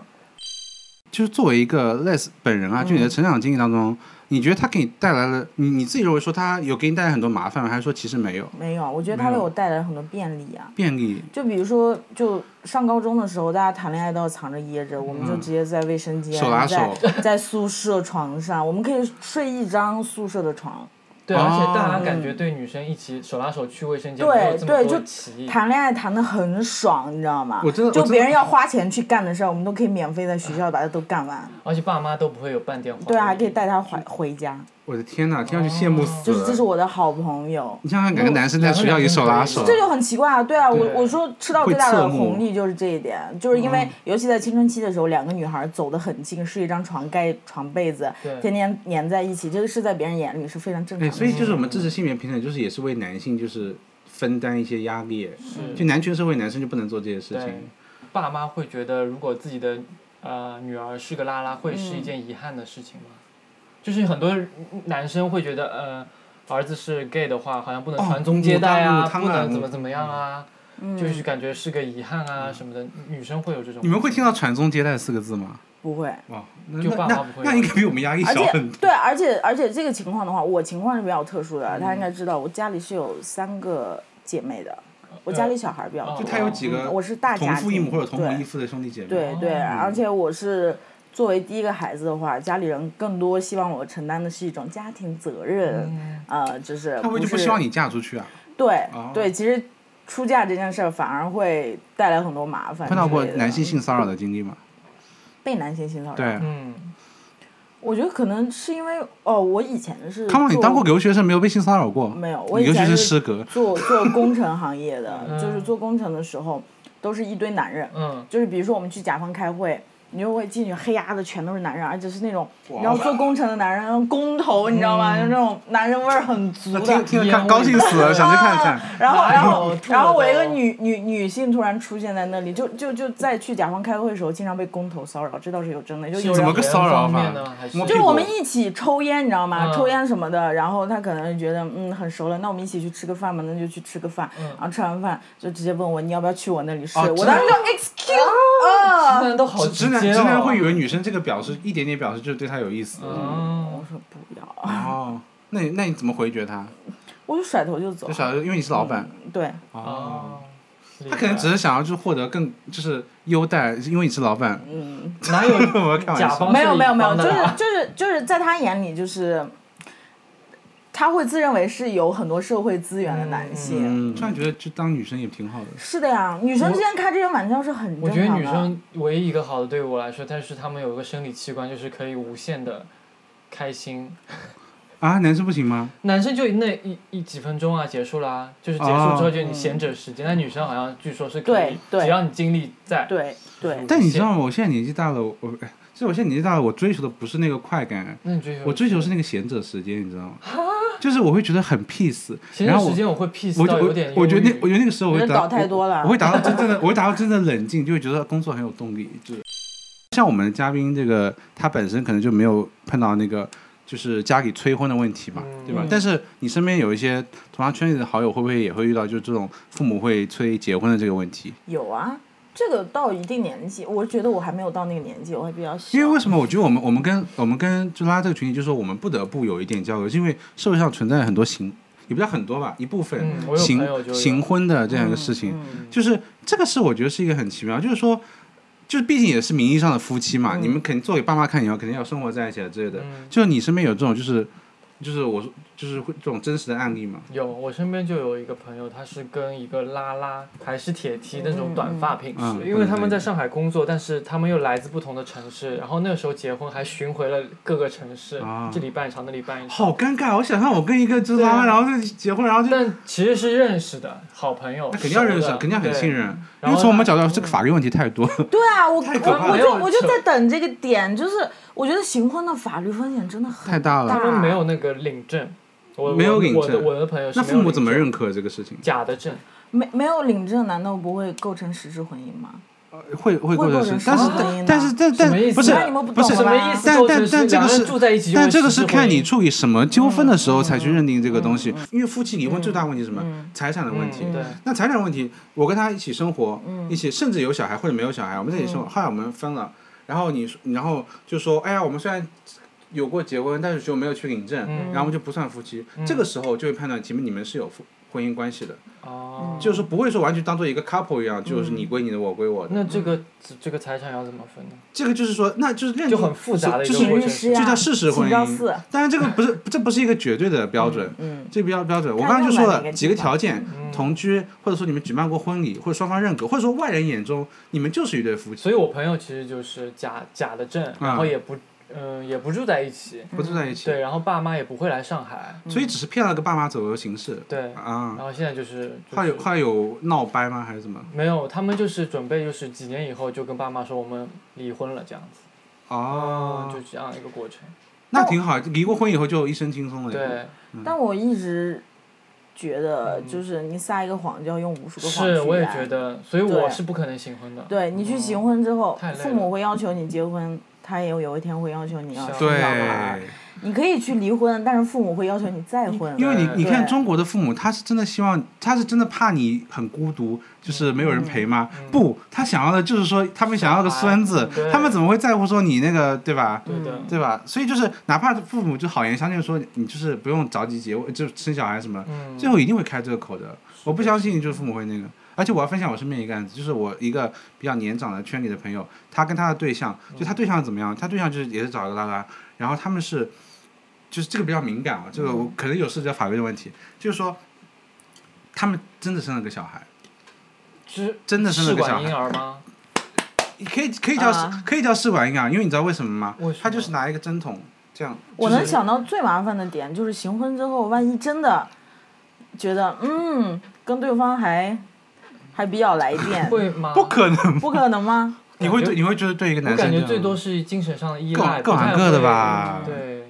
就是作为一个 Les 本人啊，就你的成长经历当中，你觉得他给你带来了，你你自己认为说他有给你带来很多麻烦吗？还是说其实没有没有，我觉得他没为有我带来很多便利啊。便利？就比如说，就上高中的时候，大家谈恋爱都要藏着掖着，我们就直接在卫生间，手拉手在在宿舍床上，我们可以睡一张宿舍的床。对，哦而且大家感觉对女生一起手拉手去卫生间对没有这么对多就歧义，谈恋爱谈的很爽，你知道吗？我真的就我真的别人要花钱去干的事儿，我们都可以免费在学校把它都干哦完。而且爸妈都不会有半点怀疑。对啊，还可以带他回回家，我的天哪，听上去羡慕死就是这是了。我的好朋友。你想想，两个男生在学校里手拉手嗯，这就很奇怪啊，对啊，我对我说吃到最大会侧的目嗯红利就是这一点，就是因为尤其在青春期的时候，两个女孩走得很近，睡一张床盖床被子对，天天黏在一起，这个是在别人眼里是非常正常哎，的。所以就是我们支持性别平等，就是也是为男性就是分担一些压力。就男权社会，男生就不能做这些事对情。，爸妈会觉得如果自己的呃女儿是个嗯拉拉，会是一件遗憾的事情吗？就是很多嗯男生会觉得呃。儿子是 gay 的话，好像不能哦传宗接代母啊，汤不啊嗯能怎母么怎么样啊，嗯就是感觉是个遗憾嗯啊什么的。女生会有这种，你们会听到“传宗接代”四个字吗？不会，哇，那就那爸妈那不会那应该比我们压力而小且很多。对，而且而且这个情况的话，我情况是比较特殊的，嗯他应该知道我家里是有三个姐妹的，我家里小孩比较哦多，就他有呃几个哦嗯我是大同家父庭，异母或者同母对异父的兄弟姐妹，对对，而且我是作为第一个孩子的话，家里人更多希望我承担的是一种家庭责任，呃，就是嗯他们就不是希望你嫁出去啊？对、哦对，其实出嫁这件事儿反而会带来很多麻烦碰之类的。到过男性性骚扰的经历吗？被男性性骚扰，对，嗯，我觉得可能是因为哦，我以前是康旺，你做当过留学生没有被性骚扰过？没有我你以留学前生是失格。做做工程行业的，嗯就是做工程的时候都是一堆男人，嗯，就是比如说我们去甲方开会，你就会进去，黑压的全都是男人，而且是那种然后做工程的男人，工头，你知道吗？就嗯那种男人味儿很足的听。听着烟看味高兴死了，想去看看。然后，哎呦然后，吐了然后我一个都女女女性突然出现在那里，就就就在去甲方开会的时候，经常被工头骚扰，这倒是有真的，就有怎人么个骚扰方法面呢还？是摸屁就就是股我们一起抽烟，你知道吗？嗯抽烟什么的，然后他可能觉得嗯很熟了，那我们一起去吃个饭吧，那就去吃个饭。然后吃完饭就直接问我你要不要去我那里睡，嗯哦我真的哦当时就 excuse 啊直男都好直直男接直哦男会以为女生这个表示一点点表示就是对他有意思。嗯我说不要，哦，那你那你怎么回绝他？我就甩头就走嗯就。想因为你是老板。对，哦。嗯哦，他可能只是是想要去获得更就是优待，因为你是老板。嗯， 啊哪有 我开玩甲笑方。没有没有没有，方就的是啦就是就是在他眼里就是，他会自认为是有很多社会资源的男性。嗯，突然觉得就当女生也挺好的。是的呀，女生之间开这些玩笑是很我正觉得常的。女生唯一一个好的对于我来说，但是她们有一个生理器官，就是可以无限的开心。啊，男生不行吗？男生就那一一几分钟啊，结束啦、就是结束之后就你闲着时间。但女生好像据说是可以，嗯对对只要你精力在，对对，但你知道吗？我现在年纪大了，我 我哎其实我现在年纪大了，我追求的不是那个快感，那你追求我追求是那个闲者时间，你知道吗？就是我会觉得很 peace，闲然着后时我间我会 peace 我就到我有点我觉得那忧我郁觉得那个时候我会人达倒太多了我会达到真正的我会达到真正的冷静，就会觉得工作很有动力。就是像我们的嘉宾这个，他本身可能就没有碰到那个就是家里催婚的问题嘛，嗯对吧嗯？但是你身边有一些同行圈里的好友，会不会也会遇到就是这种父母会催结婚的这个问题？有啊，这个到一定年纪，我觉得我还没有到那个年纪，我还比较小。因为为什么？我觉得我们我们跟我们跟朱拉这个群体，就是说我们不得不有一点交流，是因为社会上存在很多行，也不叫很多吧，一部分嗯我有行朋友就有嗯行婚的这样一个事情，嗯就是这个是我觉得是一个很奇妙，就是说。就是毕竟也是名义上的夫妻嘛，你们肯定做给爸妈看以后，肯定要生活在一起了啊之类的。嗯就是你身边有这种，就是，就是我说，就是会这种真实的案例嘛。有，我身边就有一个朋友，他是跟一个拉拉还是铁梯那种短发品质，嗯嗯因为他们在上海工作，但是他们又来自不同的城市，然后那个时候结婚还巡回了各个城市，啊这里办一场，那里办一场，好尴尬，我想象我跟一个就是拉拉，对啊然后就结婚，然后就但其实是认识的好朋友，那肯定要认识，熟的肯定要很信。任。因然为后从我他们角度来说，这个法律问题太多了。对啊，我我太可怕了我就我就没有在等这个点，就是我觉得行婚的法律风险真的很太大了对他们没有那个领证，我没有领我的证我的朋友是那没有父母领怎么证认可这个事情？假的证？没没有领证，难道不会构成实质婚姻吗？呃会会会构成构成是，但是双方婚姻但是呢但什么意但思不是那你们不不懂是了什么意思？但构成但但这两个人是住在一起，但这个是看你住。处于什么纠纷的时嗯候才去认定这个东西，因为夫妻离婚最大问题是什么？嗯财产的问题。嗯对那财产问题，我跟他一起生活，一起甚至有小孩或者没有小孩，我们在一起生嗯活，后来我们分了，然后你然后就说，哎呀，我们虽然。有过结婚，但是就没有去领证，嗯然后我们就不算夫妻。这个时候就会判断，前面你们是有夫婚姻关系的，哦，就是说不会说完全当做一个 couple 一样，就是嗯你归你的，我归我的。那这个这个财产要怎么分呢？这个就是说，那就是认定 就很复杂的一个就是过程。律师就呀叫事实婚请教啊四姻。但是这个不是，这不是一个绝对的标准。嗯，这标标准，我看刚刚就说用哪了个几个地方条件：同居，或者说你们举办过婚礼，或者双方认可，或者说外人眼中你们就是一对夫妻，所以我朋友其实就是假假的证，然后也不嗯、也不住在一起，不啊住在一起对，，然后爸妈也不会来上海，所以只是骗了个爸妈走游形式。对，然啊，后现在就是、就后来有是、后来有闹掰吗？还是怎么？没有，他们就是准备就是几年以后就跟爸妈说我们离婚了这样子，哦，就这样一个过程，那挺好，离过婚以后就一身轻松了。，对，嗯但我一直觉得，就是你撒一个谎就要用无数个谎去是我也圆觉。得，所以对我是不可能行婚的，嗯对你去行婚之后太累，了父母会要求你结婚，他也有一天会要求你要生小孩儿对。，你可以去离婚，但是父母会要求你再婚。因为你对你看对中国的父母，他是真的希望，他是真的怕你很孤独，就是没有人陪吗？不，他想要的就是说，他们想要个孙子小孩，他们怎么会在乎说你那个对吧？对的，对吧？所以就是哪怕父母就好言相劝说你就是不用着急结婚，就生小孩什么，嗯最后一定会开这个口的。我不相信就是父母会那个。而且我要分享我身边一个案子，就是我一个比较年长的圈里的朋友，他跟他的对象，就他对象怎么样？他对象就是也是找一个拉拉，然后他们是，就是这个比较敏感啊，这个我可能有涉及到法律的问题，就是说，他们真的生了个小孩，是真的是那试个小管孩婴儿吗？可以可以叫、啊可以叫试管婴儿，因为你知道为什么吗？为什么他就是拿一个针筒这样，我就是能想到最麻烦的点就是行婚之后，万一真的觉得嗯跟对方还还比较来电，会吗？不可能不可能吗？你会对你会觉得对一个男我生感这觉样最多是精神上的依各赖，各不行太各的会吧对，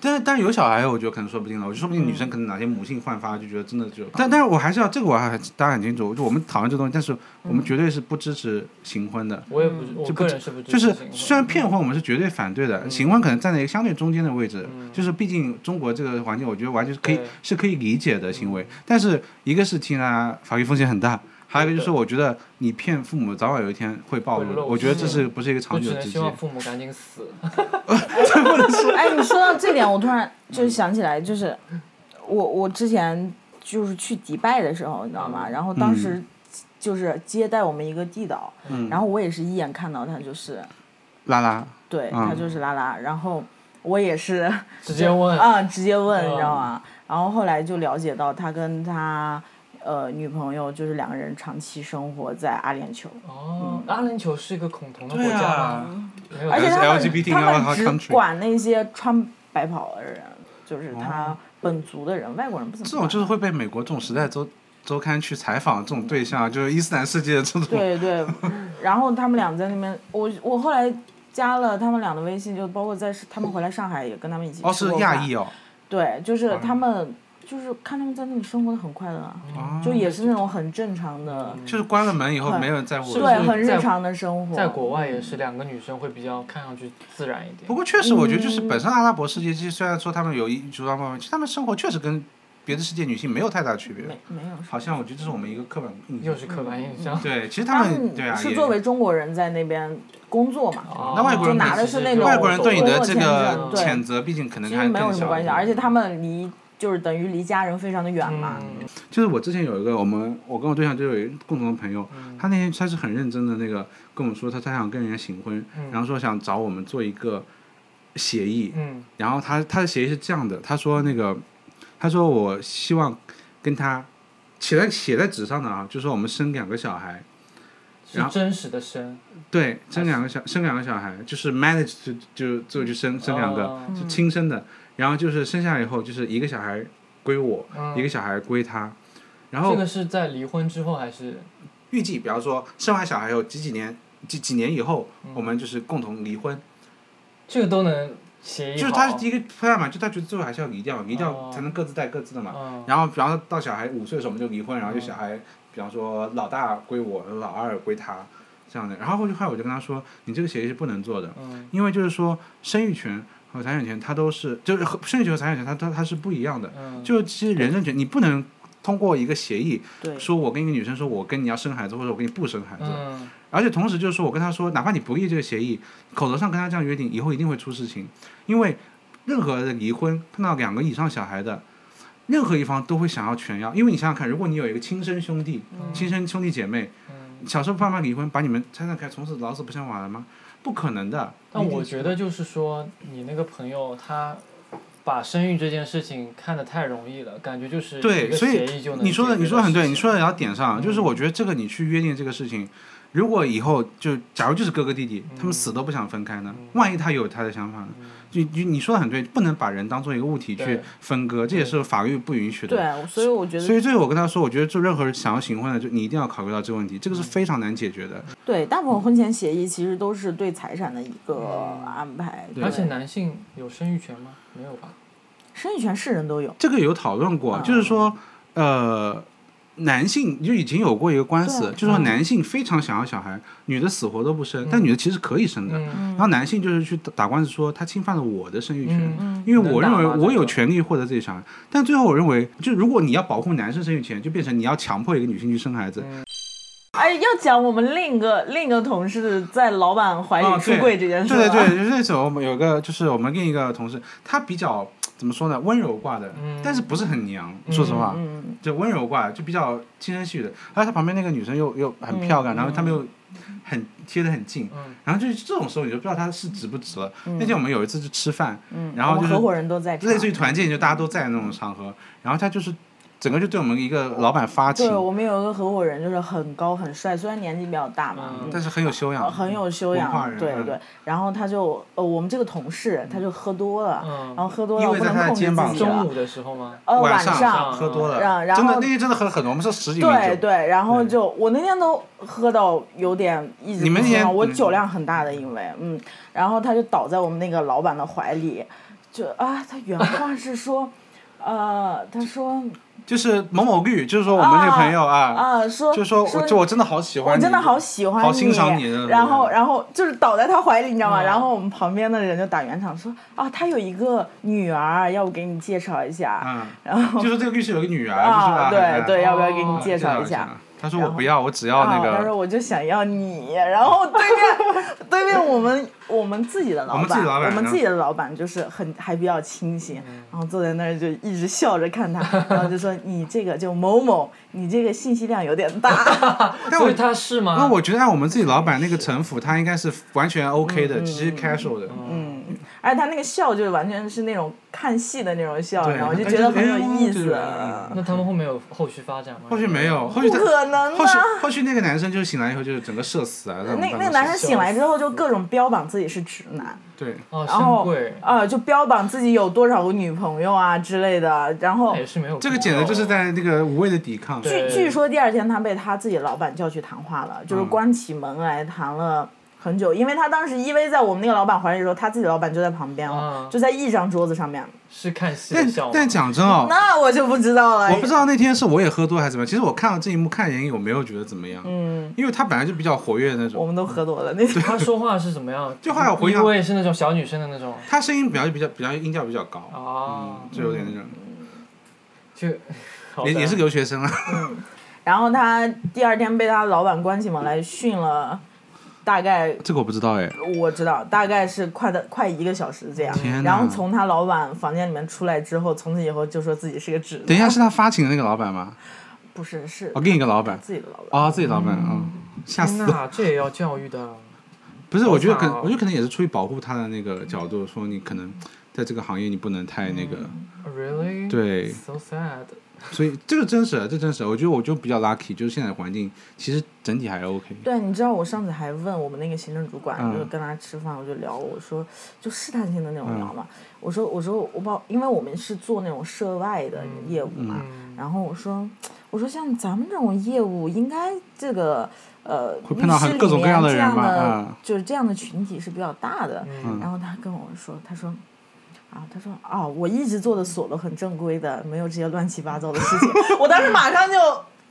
但但有小孩，我觉得可能说不定了。我就说不定女生可能哪天母性焕发，就觉得真的就……但但是我还是要这个，我还大家很清楚，就我们讨论这东西，但是我嗯们绝对是不支持行婚的。我也不是，我嗯就不个人是不支就是持行为虽然骗婚我们是绝对反对的，行婚可能站在一个相对中间的位置，嗯就是毕竟中国这个环境，我觉得完全是可以对嗯是可以理解的行为。但是一个是听啊，法律风险很大。还有一个就是，我觉得你骗父母，早晚有一天会暴会露的。露我觉得这馅是不是一个我长久只的嗯能之希计？望父母赶紧死。 哎，你说到这点，我突然就是想起来，就是我我之前就是去迪拜的时候，你知道吗？然后当时嗯就是接待我们一个地导，然后我也是一眼看到他就是，拉拉，对嗯他就是拉拉，然后我也是直接问， 啊、直接问，嗯你知道吗？然后后来就了解到他跟他呃女朋友就是两个人长期生活在阿联酋，嗯哦，阿联酋是一个恐同的国啊家吗？没有而且是他们 LGBT 他 now 们 our 只 country 管那些穿白袍的人，就是他本族的人，外国人不怎哦么这种管。哦就是会被美国这种《时代周周刊》去采访这种对象，啊就是伊斯兰世界的这种。 对对，然后他们俩在那边，我我后来加了他们俩的微信，就包括在他们回来上海也跟他们一起哦，吃是过亚饭裔哦，对，就是他们就是看他们在那里生活的很快乐啊，哦就也是那种很正常的，就是关了门以后没有人在乎。是嗯对，很在日常的生活。在国外也是，两个女生会比较看上去自然一点不。过确实，我觉得嗯就是本身阿拉伯世界，其实虽然说他们有一主张方面，其实他们生活确实跟别的世界女性没有太大区别。没没有什么。好像我觉得这是我们一个刻板印又象。是刻板印象。对，其实他们对啊，是也作为中国人在那边工作嘛，哦嗯那外国人就拿的对其是实那就种外国人对你的这工个作签证谴责，毕竟可能对，其还实没有更什么小关一系，点。嗯而且他们离就是等于离家人非常的远嘛。嗯就是我之前有一个，我们我跟我对象就有一个共同的朋友，他那天他是很认真的那个跟我们说，他他想跟人家行婚，然后说想找我们做一个协议，嗯然后他他的协议是这样的，他说那个他说我希望跟他写在写在纸上的啊，就说我们生两个小孩，是真实的生，对，生两个小生两个小孩，就是 manage 就就就就生生两个，哦是亲生的，然后就是生下来以后就是一个小孩归我，一个小孩归他，然后这个是在离婚之后还是？预计，比方说生完小孩以后几几年几几年以后，嗯我们就是共同离婚，这个都能协议就好？是他是第一个 plan 嘛，就他觉得最后还是要离掉，离掉哦才能各自带各自的嘛。嗯然后比方说到小孩五岁的时候我们就离婚，哦然后就小孩，比方说老大归我，老二归他这样的。然后后来我就跟他说，你这个协议是不能做的，嗯因为就是说生育权和财产权它都是，就是和生育权和财产权它它它是不一样的，嗯，就其实人身权你不能。通过一个协议，对，说我跟一个女生说，我跟你要生孩子，或者我跟你不生孩子，嗯而且同时就是说我跟他说，哪怕你不立这个协议，口头上跟他这样约定，以后一定会出事情，因为任何的离婚碰到两个以上小孩的，任何一方都会想要全要，因为你想想看，如果你有一个亲生兄弟、亲生兄弟姐妹，嗯。小时候爸妈离婚，把你们拆散开，从此老死不相往来吗？不可能的。但一定我觉得就是说，你那个朋友他把生育这件事情看得太容易了，感觉就是一对，个所以协议就能你说的解决你说的很对，事你情嗯说的聊点上，就是我觉得这个你去约定这个事情，如果以后就假如就是哥哥弟弟，他们死都不想分开呢，嗯万一他有他的想法呢？就就你说的很对，不能把人当做一个物体去对分割，这也是法律不允许的。对，所以我觉得所以这个我跟他说，我觉得做任何想要行婚的，就你一定要考虑到这个问题，这嗯个是非常难解决的。对，大部分婚前协议其实都是对财产的一个安排，对而且男性有生育权吗？没有吧？生育权是人都有，这个有讨论嗯过，就是说，呃，男性就以前有过一个官司对，就是嗯说男性非常想要小孩，女的死活都不生，但女的其实可以生的。嗯，然后男性就是去打打官司说他侵犯了我的生育权，嗯因为我能认打为吗这我有个权利获得自己小孩，但最后我认为，就如果你要保护男生生育权，就变成你要强迫一个女性去生孩子。哎，要讲我们另一个另一个同事在老板怀啊里出对柜这件嗯事、对对对，，就是那时候我们有个，就是我们另一个同事，他比较怎么说呢，温柔挂的，嗯但是不是很娘，说实话，嗯就温柔挂，就比较轻声细语的。然后他旁边那个女生又又嗯很漂亮，然后他们又很贴得很近，然后就是这种时候你就不知道她是值不值了。嗯那天我们有一次去吃饭，然后我就们是合伙人都在场类似于团建，就大家都在那种场合，然后他就是整个就对我们一个老板发对情，我们有一个合伙人，就是很高很帅，虽然年纪比较大嘛，嗯但是很有修养，很有修文化养，人对嗯对。然后他就呃，我们这个同事他就喝多了，然后喝多了依我偎嗯不在能他的控制肩膀自己上了中午，的时候吗？呃晚上喝多了，然然真的后那天真的很狠，我们是十几米对酒，对，然后就我那天都喝到有点一直你们不那天行了我嗯酒量很大的，因为嗯，然后他就倒在我们那个老板的怀里，就啊，他原话是说，呃，他说就是某某绿，就是说我们那个朋友啊，啊，说就说我说就我真的好喜欢我你，真的好喜欢你，好欣赏你的然后，然后就是倒在他怀里，你知道吗？嗯然后我们旁边的人就打圆场说啊，他有一个女儿，要不给你介绍一下？嗯，然后就说这个律师有个女儿，就是啊，吧对对，哎要不要给你哦介绍一下？下？他说我不要，我只要那啊，他个说我就想要你，然后对 面对面我们我们自己的老我们自己板，老板我们呢自己的老板就是很还比较清醒，然后坐在那儿就一直笑着看他，然后 就说你这个就某某，你这个信息量有点大，但所我以他是吗？那我觉得按我们自己老板那个城府，他应该是完全 OK 的，只是 casual 的。嗯，而且他那个笑就是完全是那种看戏的那种笑，对然后就他觉就得是很有哎意就是思。嗯那他们后面有后续发展吗？后续没有，后续不他可能后续吧？后续那个男生就是醒来以后就是整个社死啊，在我们那办那公个男室生醒来之后就各种标榜自己是直男，对，哦，然深后贵，啊、就标榜自己有多少个女朋友啊之类的，然后那。也是没有必要。这个简直就是在那个无谓的抵抗。据对据说第二天他被他自己老板叫去谈话了，就是嗯关起门来谈了很久，因为他当时依偎在我们那个老板怀里的时候，他自己老板就在旁边了嗯啊，就在一张桌子上面。是看戏的但笑吗但讲真哦，那我就不知道了，我不知道那天是我也喝多还是怎么样。其实我看到这一幕，看人有没有觉得怎么样？嗯，因为他本来就比较活跃的那我种，们都喝多了那天。他说话是怎么 样？就后来我回想因为是那种小女生的那种他声音比较比较比较音调比较高，啊，就有点那种，就好的嗯也也是留学生啊。然后他第二天被他老板关起门来训了，大概这个我不知道哎，我知道，大概是快的快一个小时这样天。哪然后从他老板房间里面出来之后，从此以后就说自己是个直男。等一下哦是他发情的那个老板吗？不是是我另一个老板自己的老板。啊，自己老板啊，吓死了。 那这也要教育的。 不是，我觉得好可惨能，哦我觉得可能也是出于保护他的那个角度，说你可能在这个行业你不能太那个， Really？对， ，so sad。所以这个真实，啊这真实，我觉得我就比较 lucky，就是现在的环境其实整体还 OK，对，你知道我上次还问我们那个行政主管，嗯嗯就是跟他吃饭，我就聊，我说就试探性的那种聊嘛，我说我说我把，因为我们是做那种涉外的业务嘛，嗯，然后我说，我说像咱们这种业务，应该这个呃，会碰到很律师各种里各样的面这人样吧的啊就是这样的群体是比较大的。嗯然后他跟我说，他说。啊，他说啊、我一直做的所都很正规的，没有这些乱七八糟的事情。 我当时马上就，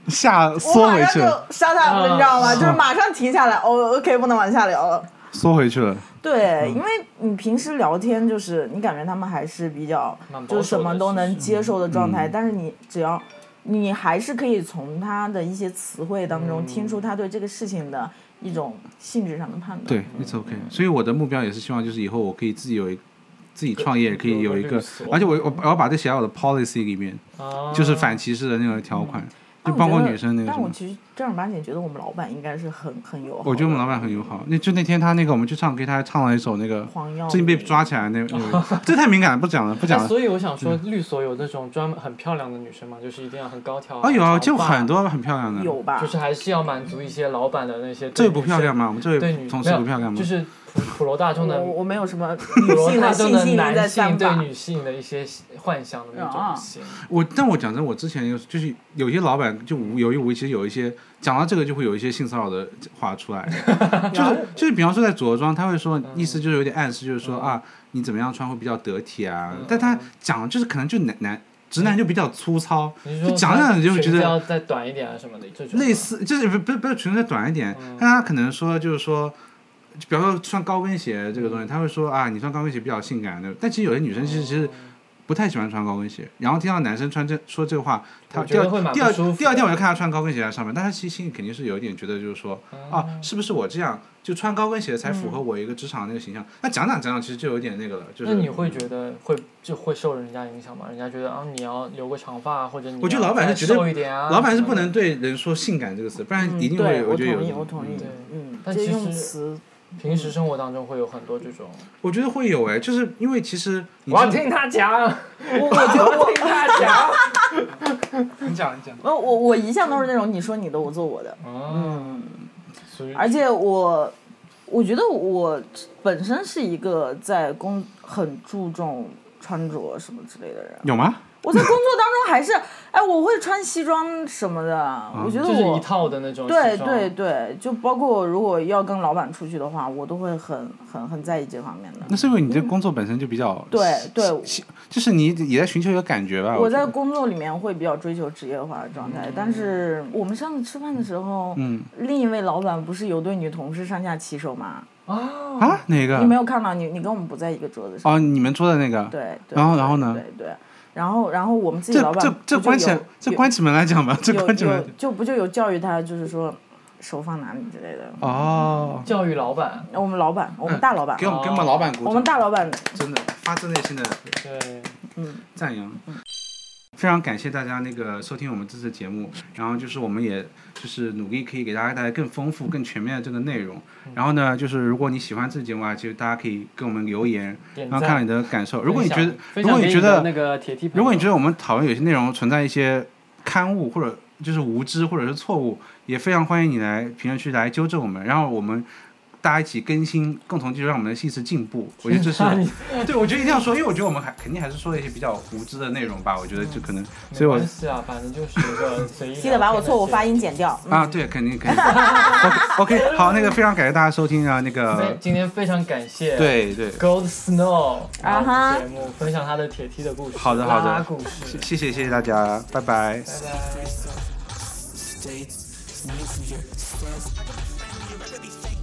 下我缩马回上去了，就杀他了，你知道吗？啊就是马上停下来，哦，OK，不能往下聊了。缩回去了，嗯对，因为你平时聊天就是你感觉他们还是比较蛮保就是什守么的都其能实接受的状嗯态，但是你只要你还是可以从他的一些词汇当嗯中听出他对这个事情的一种性质上的判断。对，it's OK。所以我的目标也是希望，就是以后我可以自己有一自己创业，可以有一有个个律所，而且我我我要把这写在我的 policy 里面，啊就是反歧视的那个条款，就但啊我包括觉得女生那个什但我么。其实正儿八经觉得我们老板应该是很很友好的。我觉得我们老板很友好，那就那天他那个我们去唱 K，他还唱了一首那个黄药最近被那个抓起来那那个，这太敏感了，不讲了，不讲哎了。所以我想说，嗯律所有那种专门很漂亮的女生嘛，就是一定要很高挑。啊有啊，长就发很，多很漂亮的，有吧？就是还是要满足一些老板的那些。这位不漂亮？吗？我们这对位女同没事有不漂亮吗就？是普普罗大众我的我没有什么普 女罗性大的众的性吸引力在男性散对发。女性的一些幻想的那啊种型。我但我讲真，我之前有就是有些老板就无有意无意，其实有一些讲到这个就会有一些性骚扰的话出来，就是就是比方说在着装，他会说意思就是有点暗示，就是说啊你怎么样穿会比较得体啊，但他讲就是可能就男男直男就比较粗糙，你就说讲她讲你就会觉裙子得要再短一点啊什么的这种吗。类似就是不不不是裙子短一点，嗯但他可能说就是说，就比方说穿高跟鞋这个嗯东西，他会说啊，你穿高跟鞋比较性感的。但其实有些女生其实哦其实不太喜欢穿高跟鞋，然后听到男生穿这说这个话，他我第觉二得会蛮第二不舒服第二的天我就看他穿高跟鞋来上班，但他其实心里肯定是有一点觉得就是说啊，哦是不是我这样就穿高跟鞋才符合我一个职场那个形象？那讲讲讲讲，其实就有点那个了，就嗯那你是。会觉得会就会受人家影响吗？人家觉得啊，你要留个长发，或者你我觉得要老板再是绝对瘦一点啊，老板是什么不的能对人说“性感”这个词，不然嗯一定会对，有。我我觉得有同意，这种我同意嗯对。嗯，这但些其用实词平时生活当中会有很多这种，我觉得会有哎，就是因为其实你我要知道听他讲，我我觉得我听他讲，你讲，你讲。我哦我我一向都是那种你说你的，我做我的，嗯，所以而且我我觉得我本身是一个在工很注重穿着什么之类的人。有吗？我在工作当中还是，哎，我会穿西装什么的。嗯我觉得就是我一套的那种对西装对对，就包括我如果要跟老板出去的话，我都会很很很在意这方面的。那是因为你这工作本身就比较对对，就是你也在寻求一个感觉吧。我觉在得工作里面会比较追求职业化的状态，但是我们上次吃饭的时候，嗯另一位老板不是有对女同事上下其手吗？啊，啊哪你没个？有看到你，你跟我们不在一个桌子上。哦，你们做的那个。对对。然后然后呢对对对，然后然后我们自己这老板这这不就关起有来这关起门来讲吧，这有关起门来有讲就不就有教育他，就是说手放哪里之类的。哦，教育老板，我们老板，我们大老板，嗯给我们给我们老板鼓掌，我们大老板，真的发自内心的对，赞扬。嗯非常感谢大家那个收听我们这次节目，然后就是我们也就是努力可以给大家带来更丰富、更全面的这个内容。嗯然后呢，就是如果你喜欢这期节目啊，其实大家可以给我们留言，点然后看看赞。你的感受。如果你觉分得如享，分果享你给觉的得那个铁梯朋友，如果你觉得我们讨论有些内容存在一些刊物或者就是无知或者是错误，也非常欢迎你来评论区来纠正我们，然后我们大家一起更新，共同就让我们的戏是进步。我觉得这 是你对，我觉得一定要说，因为我觉得我们还肯定还是说了一些比较无知的内容吧。我觉得这可能，所以没我关系啊，反正就是一个随意聊天的节目。记得把我错误发音剪掉。啊，对，肯定肯 定。OK OK，好，那个非常感谢大家收听啊，那非个今天非常感谢对对， Gold Snow 啊哈来我们节目分享他的铁梯的故事，好的好的拉故事，谢谢谢谢大家，拜拜。拜拜。 states, it's new for your friends. I don't blame you, really think